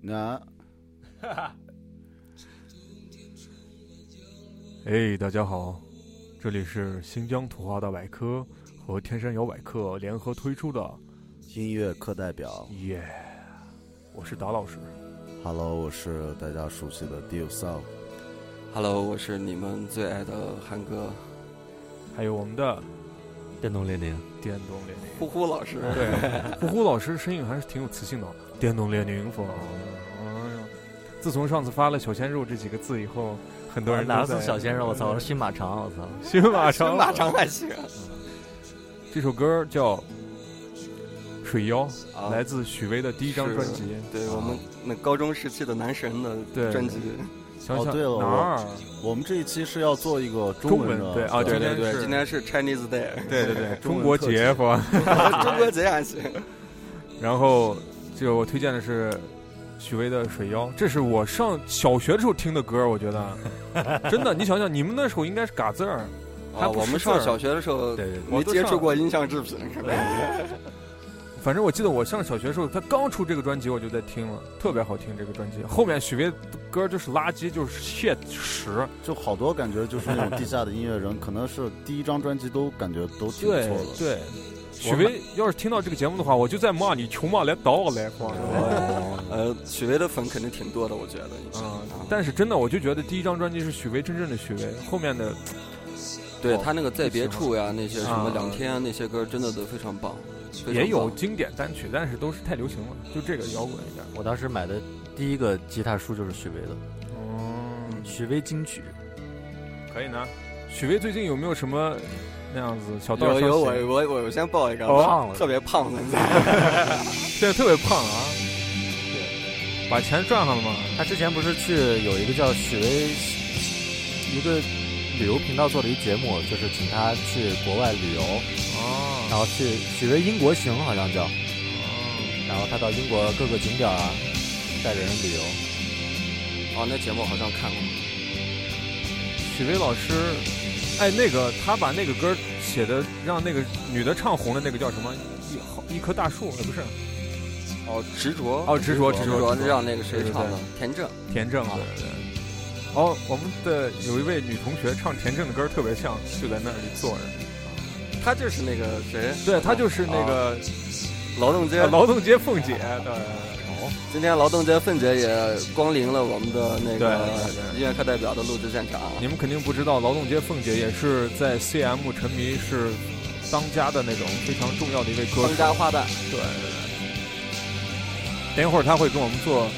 那哎，大家好，这里是新疆土话大百科和天山摇百科联合推出的音乐课代表耶我是达老师。 ，Hello，我是大家熟悉的 d i l s o Hello，我是你们最爱的韩哥还有我们的电动列宁，电动列宁。呼呼老师。对，呼呼老师声音还是挺有磁性的。电动列宁风，哎呀，自从上次发了“小鲜肉”这几个字以后，很多人都哪在嗯是啊小鲜肉？我操，我是新马长，我操，新马真长，马长还行，这首歌叫《水妖》，啊来自许巍的第一张专辑。对我们那高中时期的男神对的专辑，想想哦对了哪儿？我们这一期是要做一个中文文的对啊对今天对对，是今天是 Chinese Day，对对对，中文中国特辑节啊吧。中国贼还行，然后就我推荐的是许巍的《水妖》，这是我上小学的时候听的歌，我觉得真的。你想想，你们那时候应该是嘎字儿，还啊，不识我们字上儿小学的时候，对对我没都接触上过音像制品，是吧反正我记得我上小学的时候，他刚出这个专辑我就在听了，特别好听这个专辑。后面许巍的歌就是垃圾，就是 shit 屎，就好多感觉就是那种地下的音乐人，可能是第一张专辑都感觉都挺不对错 的。对。许巍要是听到这个节目的话，我就在骂你，穷骂来打我来话。哦呃，许巍的粉肯定挺多的，我觉得。嗯啊，但是真的，我就觉得第一张专辑是许巍真正的许巍，后面的对哦他那个在别处呀，那些什么啊两天啊，那些歌真的都非常棒，非常也有棒经典单曲，但是都是太流行了，就这个摇滚一点。我当时买的第一个吉他书就是许巍的哦， 《许巍金曲可以呢。许巍最近有没有什么那样子小道消有息？有我我我我先报一个，哦胖了特别胖的，现在特别胖啊。把钱赚上了吗？》。他之前不是去有一个叫许巍一个旅游频道做的一节目，就是请他去国外旅游，哦，然后去许巍英国行好像叫，然后他到英国各个景点啊，带着人旅游。哦，那节目好像看过，许巍老师，哎，那个他把那个歌写的让那个女的唱红的那个叫什么？一好一棵大树，哎，不是，哦，执着，哦，执着，执执着，着执着，是让那个谁唱的，田震，田震，对对。对哦，我们的有一位女同学唱田震的歌特别像，就在那里坐着。他就是那个谁，对，她就是那个劳动节呃，劳动节凤姐，对，今天劳动节凤姐也光临了我们的那个对对对音乐课代表的录制现场，你们肯定不知道，劳动节凤姐也是在 CM 沉迷是当家的那种非常重要的一位歌当手。家花旦，对对对。等一会儿她会跟我们做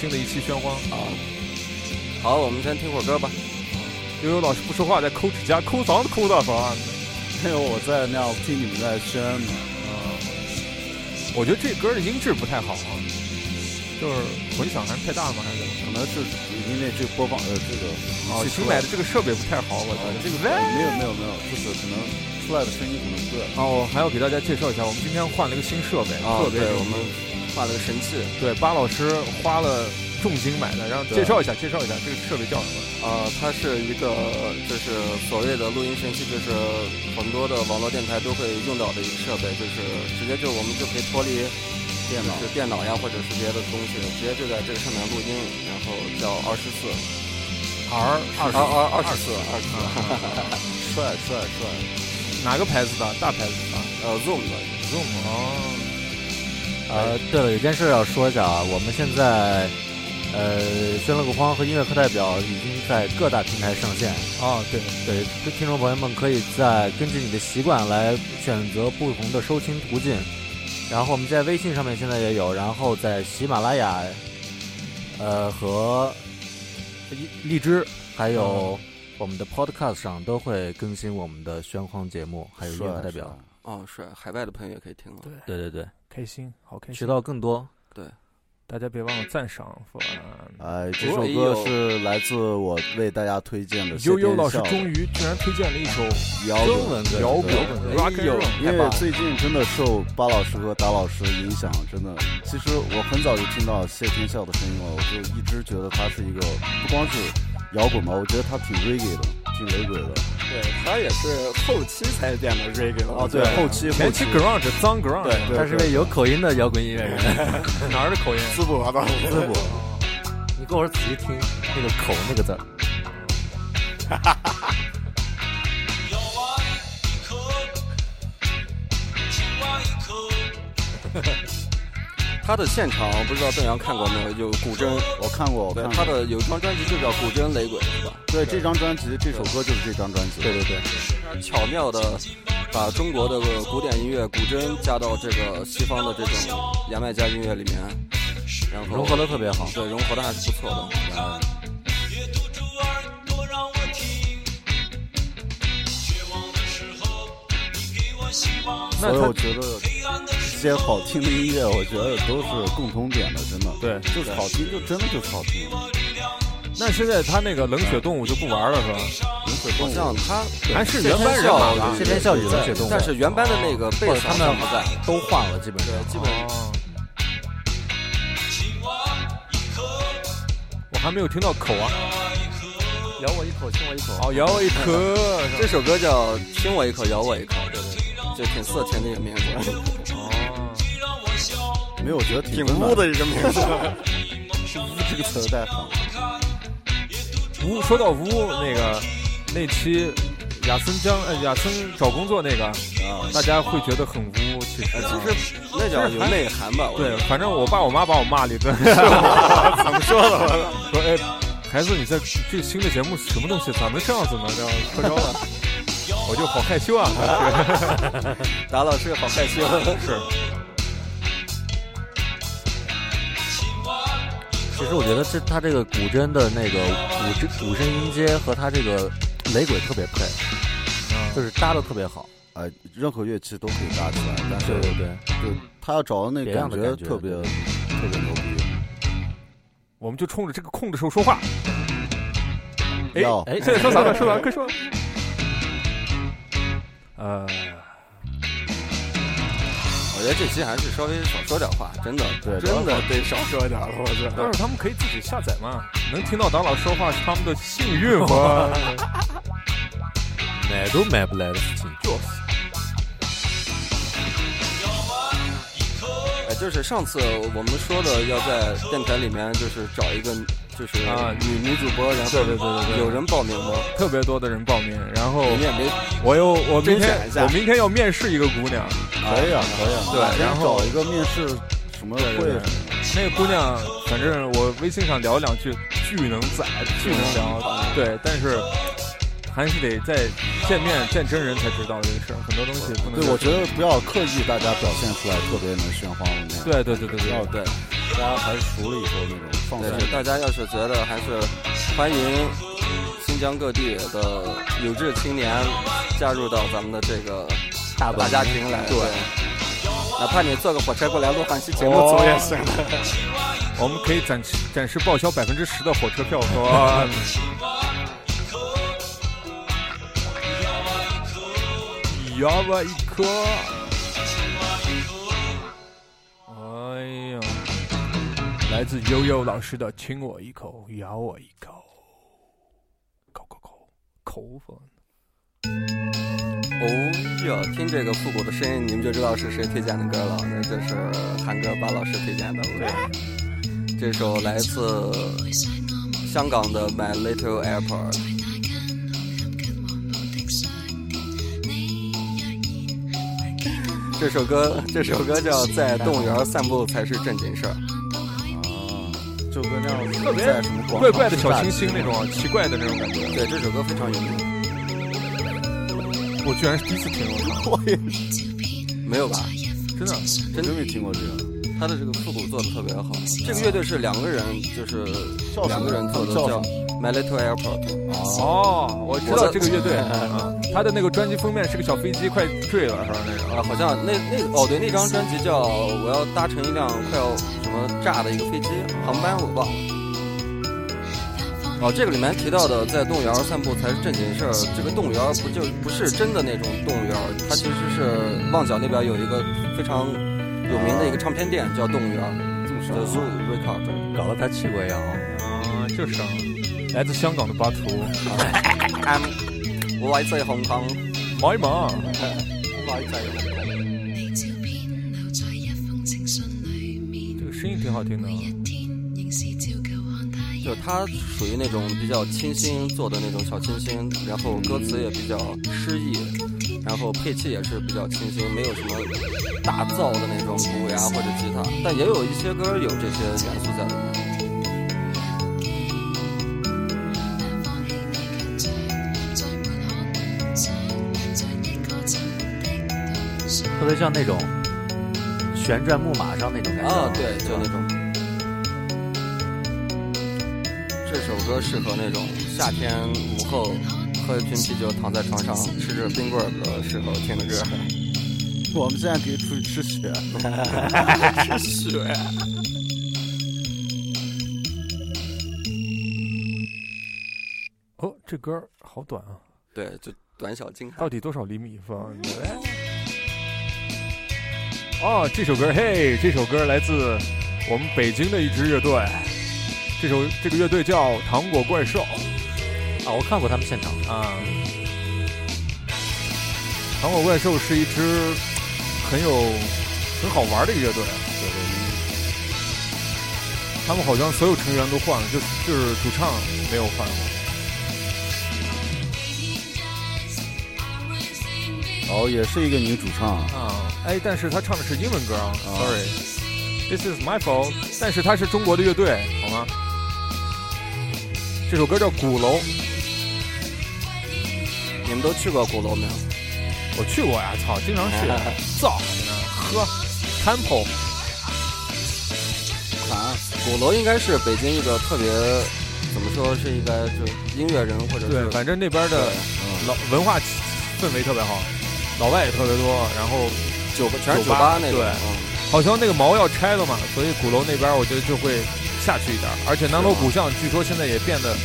新的一期宣欢。啊，好，我们先听会儿歌吧，悠悠老师不说话，在抠指甲，抠嗓子抠到啊啥？因为我在那样听你们在宣嘛，嗯我觉得这歌的音质不太好啊，就是混响还是太大了吗？还是怎么？可能是因为这个播放呃这个哦，仪器新出买来的这个设备不太好，我觉呃得。这个没有没有没有，就是可能出来的声音可能不对。哦，还要给大家介绍一下，我们今天换了一个新设备，啊，特别对，牛我逼们画了个神器，对，巴老师花了重金买的，然后对介绍一下，介绍一下这个设备叫什么？呃，它是一个就是所谓的录音神器，就是很多的网络电台都会用到的一个设备，就是直接就我们就可以脱离电脑就是电脑呀或者是别的东西，直接就在这个上面录音，然后叫二十四， R 二二二二 十四，二十四，帅帅帅，哪个牌子的？大牌子的呃，Zoom 的， ？Zoom 哦，呃，对了，有件事要说一下啊，我们现在，呃，宣乐谷荒和音乐课代表已经在各大平台上线。哦对，对，听众朋友们可以在根据你的习惯来选择不同的收听途径。然后我们在微信上面现在也有，然后在喜马拉雅，呃和荔荔枝，还有嗯我们的 Podcast 上都会更新我们的宣荒节目，还有音乐课代表。哦，是海外的朋友也可以听了，对对对，开心，好开渠道更多。大家别忘了赞赏。哎，这首歌是来自我为大家推荐的。悠悠老师终于居然推荐了一首摇中文歌摇滚摇滚哦对歌 Rock and roll 因为最近真的受巴老师和达老师影响，真的，其实我很早就听到谢天笑的声音了，我就一直觉得他是一个不光是摇滚吧，我觉得他挺 reggae 的，挺雷鬼的。对他也是后期才变得 reggae 哦，了。对，后期后前期期 grunge 脏 grunge，对对他是位有口音的摇滚音乐人。哪儿的口音？滋补吧，吧，滋补，你跟我仔细听那个“口”那个字儿，有我一颗，情我一颗，他的现场不知道邓阳看过没有？有古筝，我看过，我对看，他过。的有一张专辑就叫《古筝雷鬼》，是吧？对这张专辑，这首歌就是这张专辑。对对对，他巧妙的把中国的古典音乐古筝加到这个西方的这种牙买加音乐里面，然后融合的特别好。对融合的还是不错的。嗯也堵住耳朵让我听。绝望的时候，你给我希望；所以那他我觉得黑暗的一时些候，好听的音乐，我觉得都是共同点的，真的。对就是好听，就真的就是好听。那现在他那个冷血动物就不玩了是吧？好像他还是原班人马吧谢天笑语冷血动物，但是原班的那个贝或者斯他哦他们们不在，都换了，基本上。基本亲哦我一颗，我还没有听到口啊！咬我一口，亲我一口。哦，咬我一颗，是这吧首歌叫《亲我一口，咬我一口》，对对，就挺色情的一个名字，哦，让我笑，没有，我觉得挺温污暖的一个名 字。这个词儿带好。无说到无那个那期亚森江呃亚森找工作那个，啊大家会觉得很无，其呃实呃其实那叫有内涵吧。我觉对得，反正我爸我妈把我骂了一顿， 怎 么说的？说哎，孩子，你在这新的节目什么东西？咋能这样子呢？这样快招了，我就好害羞啊！ 达老师好害羞，是，其实我觉得这他这个古筝的那个古筝古声音阶和他这个雷鬼特别配，就是搭的特别好。哎，任何乐器都可以搭起来，但是对对对，就他要找到那别感样的觉感觉特别特别牛逼。我们就冲着这个空的时候说话。哎要哎，现在说啥了？说啥？快说。呃，我觉得这期还是稍微少说点话，真的，对真的得少说点了，我觉但是他们可以自己下载嘛，能听到党老师说话是他们的幸运 吗？买都买不来的事情。哎，就是上次我们说的要在电台里面，就是找一个就是啊女女主播，然后对对对哦对有人报名吗？特别多的人报名，然后你也没我有我明甄选天一下我明天要面试一个姑娘，可以啊，可以啊。对先然后找一个面试什么对对会对，那个姑娘，反正我微信上聊两句，巨能宰，巨能聊，哦对，但是还是得再见面见真人才知道这个事儿，很多东西不能对，我觉就是得不要刻意大家表现出来特别能喧哗的那种，对对对对要对，对大家还是熟了以后那种放对，松就。大家要是觉得还是欢迎新疆各地的有志青年加入到咱们的这个大大家庭来，对，哪怕你坐个火车过来录上期节目，哦走也行的。我们可以暂时暂时报销百分之十的火车票和摇吧一颗，哎呀，来自悠悠老师的亲我一口，咬我一口，口口口口吻。哦哟，听这个复古的声音，你们就知道是谁推荐的歌了。那这是韩哥巴老师推荐的，对，这首来自香港的《My Little Airport》。这首歌，这首歌叫《在动物园散步才是正经事儿》。啊就跟那样特子别在什么广场怪怪的小清吃新那种啊，奇怪的那种感觉，对，这首歌非常有名，我居然是第一次听，我操，没有吧？真的，饭，真没听过这个。他的这个复古做的特别好。这个乐队是两个人，就是叫什两么个人做的，叫叫什《My Little Airport》。哦，我知道这个乐队，啊，他的那个专辑封面是个小飞机快坠了，是吧？那啊，种，好像那那哦对，那张专辑叫《我要搭乘一辆快要什么炸的一个飞机》，航班我忘了。哦，这个里面提到的在动物园散步才是正经事儿，这个动物园不就不是真的那种动物园，它其实是旺角那边有一个非常有名的一个唱片店叫动物园，叫 Zoo Record。搞得他去过一样哦。啊，就是啊，嗯来自香港的巴图， I'm，我来自香港，我买 嘛，来自香港。你照片留在一封情信里面，这个声音挺好听的啊每。一天仍是照旧看他一就他属于那种比较清新做的那种小清新，然后歌词也比较诗意，然后配器也是比较清新，没有什么大噪的那种鼓呀或者吉他，但也有一些歌有这些元素在里面。眼放弃你跟踪，再没看上，在一个真的路上。特别像那种旋转木马上那种感觉哦啊，对，就那种。这首歌适合那种夏天午后喝一瓶啤酒，躺在床上吃着冰棍儿的时候听的歌。我们现在可以出去吃雪，哦，这歌儿好短啊，对，就短小精悍。到底多少厘米放？哦，这首歌，嘿，这首歌来自我们北京的一支乐队，这首这个乐队叫糖果怪兽啊，我看过他们现场，啊。糖果怪兽是一支很有很好玩的一个乐队，啊对对对。他们好像所有成员都换了，就就是主唱没有换过。哦，也是一个女主唱，啊，哎，但是他唱的是英文歌啊、s o r r y This is my fault。但是他是中国的乐队，好吗？这首歌叫《鼓楼》，你们都去过鼓楼没有？我去过呀，操，经 常去，造呢，喝，Temple 啊，鼓楼应该是北京一个特别，怎么说是一个就音乐人或者对，是反正那边的嗯老文化氛围特别好，老外也特别多，然后酒吧全是酒酒吧吧那种。对嗯好像那个毛要拆了嘛，所以鼓楼那边我觉得就会下去一点儿，而且南锣鼓巷据说现在也变得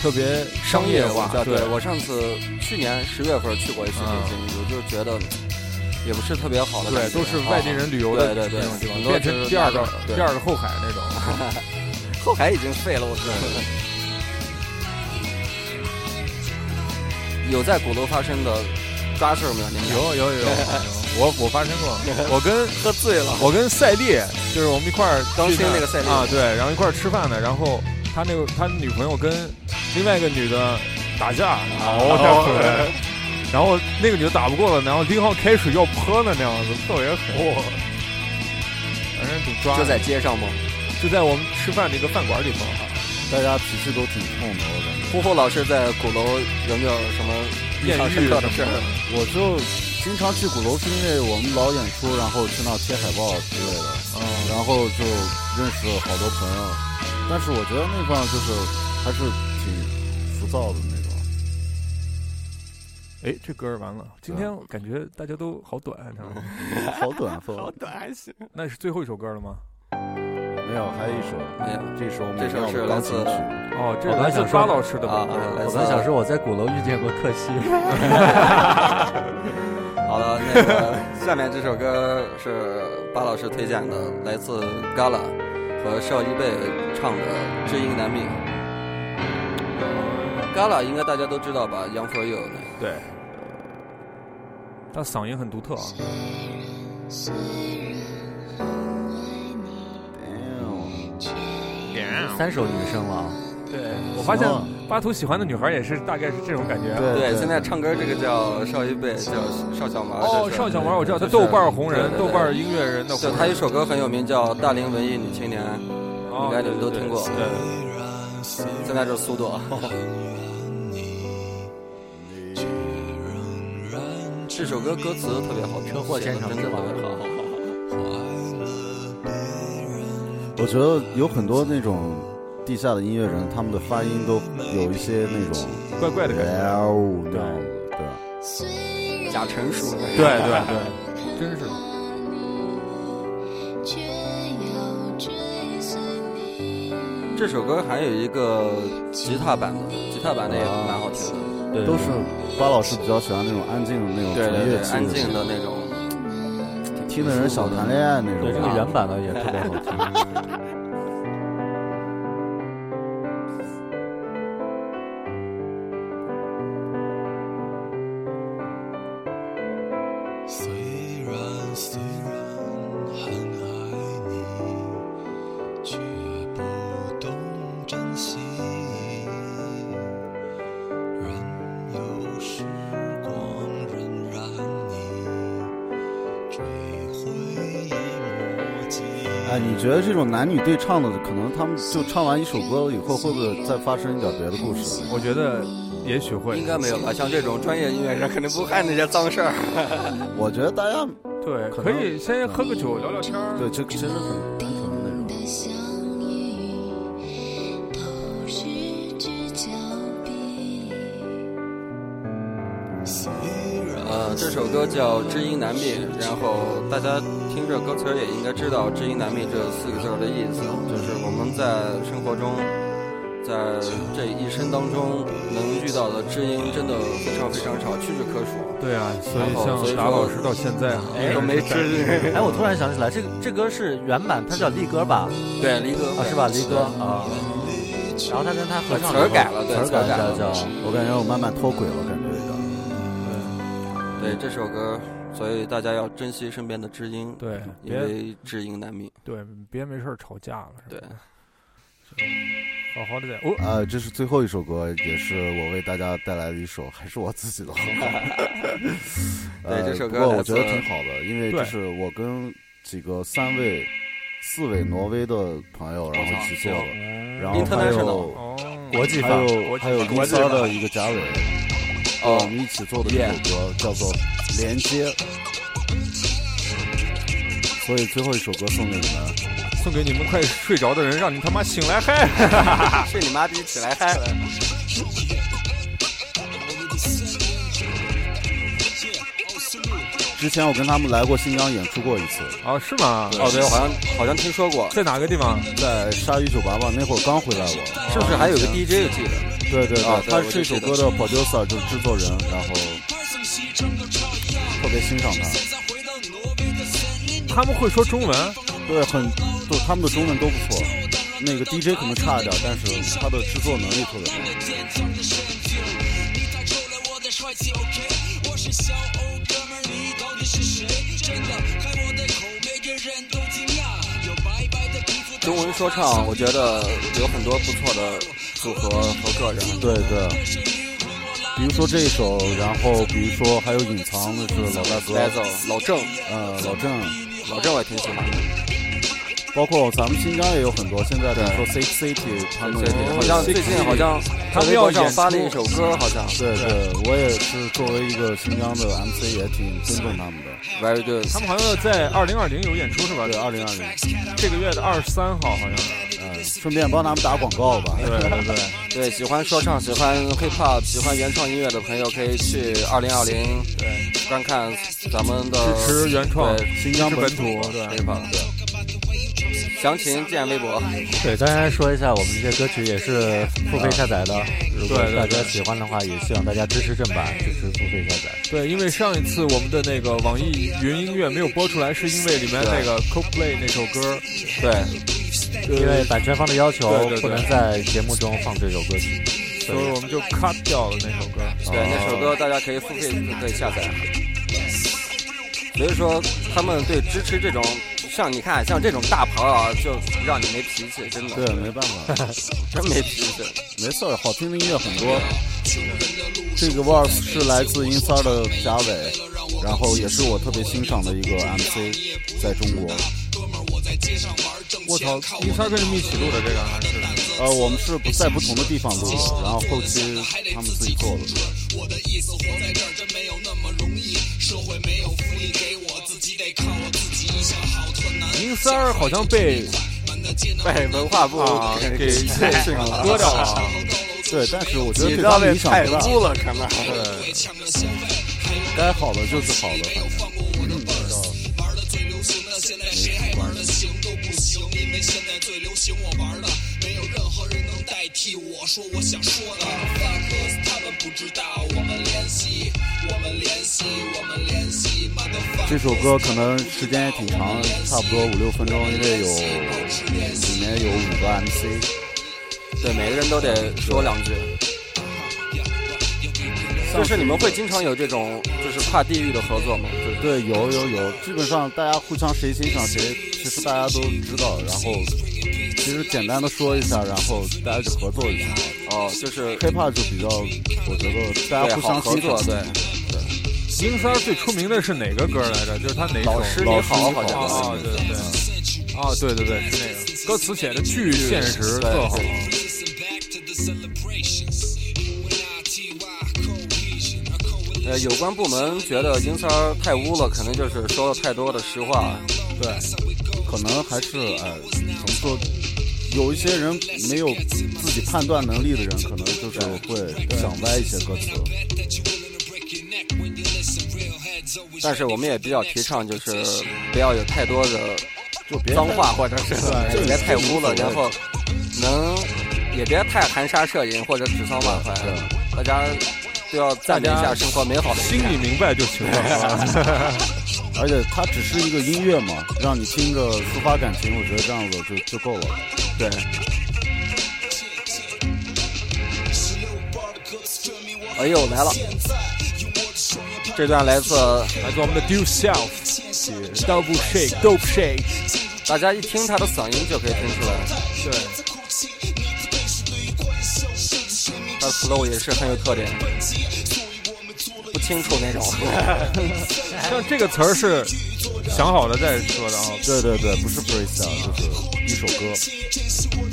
特别商业化，文化对对嗯我上次去年十月份去过一次北京，我就觉得也不是特别好的感对，觉。都是外地人旅游啊的对对对那种地方，很多变就是成第二个对第二个后海那种。啊后海已经废了，我觉得。有在鼓楼发生的抓事儿没有？你们俩 有有有有，我我发生过，我跟喝醉了，我跟赛丽，就是我们一块儿刚去听儿那个赛丽啊，对，然后一块儿吃饭的，然后他那个他女朋友跟另外一个女的打架，哦，太狠了。然后那个女的打不过了，然后丁浩开水要泼呢，那样子特别狠。反正挺抓的，就在街上吗？就在我们吃饭的一个饭馆里头，大家脾气都挺冲的，我感觉。呼呼老师在鼓楼有没有什么印艳象深遇刻的什事儿么？的我就经常去鼓楼，是因为我们老演出，然后去那贴海报之类的，嗯，然后就认识了好多朋友。但是我觉得那地方就是还是挺浮躁的那种。 哎，这歌儿完了。今天我感觉大家都好短，你知道吗？好短风，那是最后一首歌了吗？没有，还有一首，没有。这首这首是来钢自琴曲，哦，这我是刚来自想说巴老师的吧？啊来我自本想说我在鼓楼遇见过克西，好了，那个下面这首歌是巴老师推荐的，来自 Gala 和邵一贝唱的《知音难觅》。Gala 应该大家都知道吧，Young for You 那个对，他嗓音很独特啊。哦三首女生了啊，对，我发现巴图喜欢的女孩也是大概是这种感觉啊。对对，现在唱歌这个叫邵一贝，叫邵小麻。哦，就是邵小毛我知道，他就是豆瓣红人，对对豆对瓣音乐人的红就人。他一首歌很有名，叫《大龄文艺女青年》，哦应该你们都听过对对对现在就是苏 朵。这首歌歌词特别好听，车祸写得现场真的是特吧别好。我觉得有很多那种地下的音乐人，他们的发音都有一些那种对怪怪的感觉。 L 那样子，对吧？假成熟。对对对，真是。这首歌还有一个吉他版的，吉他版的也蛮好听的，对都是巴老师比较喜欢那种安静的那种什么乐器安静的那种。听的人想谈恋爱那种。啊对这个原版的也特别好听。回忆墨迹。哎，你觉得这种男女对唱的，可能他们就唱完一首歌以后，会不会再发生一点别的故事？我觉得也许会应。该没有吧？像这种专业音乐人肯定不干那些脏事儿。我觉得大家对，可能可以先喝个酒聊聊天儿。对这其实很单纯的那种。相遇都是只交臂。呃，这首歌叫《知音难觅》，然后大家听着歌词儿也应该知道“知音难觅”这四个字儿的意思，就是我们在生活中，在这一生当中能遇到的知音真的非常非常少，屈指可数，对啊，所以然后所像以说达老师到现在啊哎都没知音。 哎，我突然想起来，这个这歌是原版，它叫力歌吧？对，离歌啊，是吧？力歌啊。然后他跟他合唱词儿改了对词儿词儿改改了叫叫我感觉我慢慢脱轨了，感觉有点。对这首歌，所以大家要珍惜身边的知音， 对，因别为知音难觅。对别没事儿吵架了，是对吧，好好的在哦，呃，这是最后一首歌，也是我为大家带来的一首，还是我自己 的。呃对这首歌不过来我自觉得挺好的，因为这是我跟几个三位、四位挪威的朋友，然后一起做的，然后还 International 有哦，国际还范。有还有林三的一个贾伟，哦我们一起做的这首歌叫做《连接》，所以最后一首歌送给你们。送给你们快睡着的人，让你他妈醒来嗨。睡你妈逼，起来嗨了！之前我跟他们来过新疆演出过一次，啊，是吗？哦，对，我好像好像听说过，在哪个地方？在鲨鱼酒吧吧，那会儿刚回来我。是不是还有个 DJ 记得？对对啊对，对他我是就这记首得歌的 producer 就是制作人，然后特别欣赏他，他们会说中文，对，很，就他们的中文都不错。那个 DJ 可能差一点，但是他的制作能力特别好。中文说唱，我觉得有很多不错的组合和个人。对对，比如说这一首，然后比如说还有隐藏的是老大哥， Lazo、老郑，呃，老郑，老郑我也挺喜欢的。包括咱们新疆也有很多。现在比如说 C City，他们对对，好像最近好像他们在微要博演上出发了一首歌，好像对对，我也是作为一个新疆的 MC，也挺尊重他们的。 Very Good。他们好像要在二零二零有演出是吧？对，二啊零二零，这个月的二十三号好像是。嗯，顺便帮他们打广告吧。对对对，对，喜欢说唱、喜欢 hip hop、喜欢原创音乐的朋友，可以去二零二零观看咱们的支持原创，对新疆是本本土，对 hip hop。对，详情见微博。对，当然说一下，我们这些歌曲也是付费下载的，如果对对大对家喜欢的话，也希望大家支持正版，支持付费下载。对，因为上一次我们的那个网易云音乐没有播出来，是因为里面那个 Coldplay 那首歌，对，因为版权方的要求对对对不能在节目中放这首歌曲。所以我们就 cut 掉了那首歌。对，那首歌大家可以付费可以下载。所以说，他们对支持这种，像你看，像这种大牌啊，就让你没脾气，真的，对，没办法， 真没脾气。没事儿，好听的音乐很多。这个 v e r s 是来自音三儿的贾伟，然后也是我特别欣赏的一个 MC，在中国。我操，一三跟你们一起录的这个还是呃，我们是不在不同的地方录的，然后后期他们自己做的。零三儿好像被被文化部啊给割掉了 啊，对，但是我觉得你知对他道们那影响太不大，污了，可能。该好的就是好的，反正。这首歌可能时间也挺长，差不多五六分钟，因为有里面有五个 MC，对，每个人都得说两句。就是你们会经常有这种就是跨地域的合作吗？就是对，有有有，基本上大家互相谁欣赏谁，其实大家都知道，然后其实简单的说一下，然后大家就合作一下。哦，就是 hiphop 就比较，我觉得大对家互好相合欣赏作，，对。银三最出名的是哪个歌来着？就是他哪首？老师你好好像是啊，对对对，啊，对对对，是那个歌词写的巨现实，特好。呃，有关部门觉得银三儿太污了，可能就是说了太多的实话。可能还是哎，怎么说？有一些人没有自己判断能力的人，可能就是会想歪一些歌词。但是我们也比较提倡，就是不要有太多的就别脏话或者是哎对就别太污了，这个然后能也别太含沙射影或者指桑骂槐，大家都要赞美一大下家生活美好的一心面里明白就行 了。而且它只是一个音乐嘛，让你听着抒发感情，我觉得这样子就就够了。对，哎呦来了，这段来自来自我们的 Do Self Double Shake Dope Shake。大家一听他的嗓音就可以听出来，对，他的 flow 也是很有特点，不清楚那种。像这个词儿是想好了再说的啊。对对对，不是 freestyle，就是一首歌。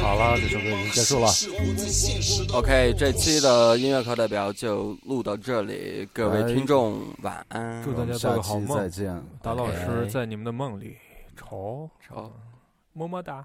好了，这首歌已经结束了， OK，这期的音乐课代表就录到这里，各位听众晚安。祝大家做下个好期再梦。见。达老师 OK 在你们的梦里，潮好么么哒。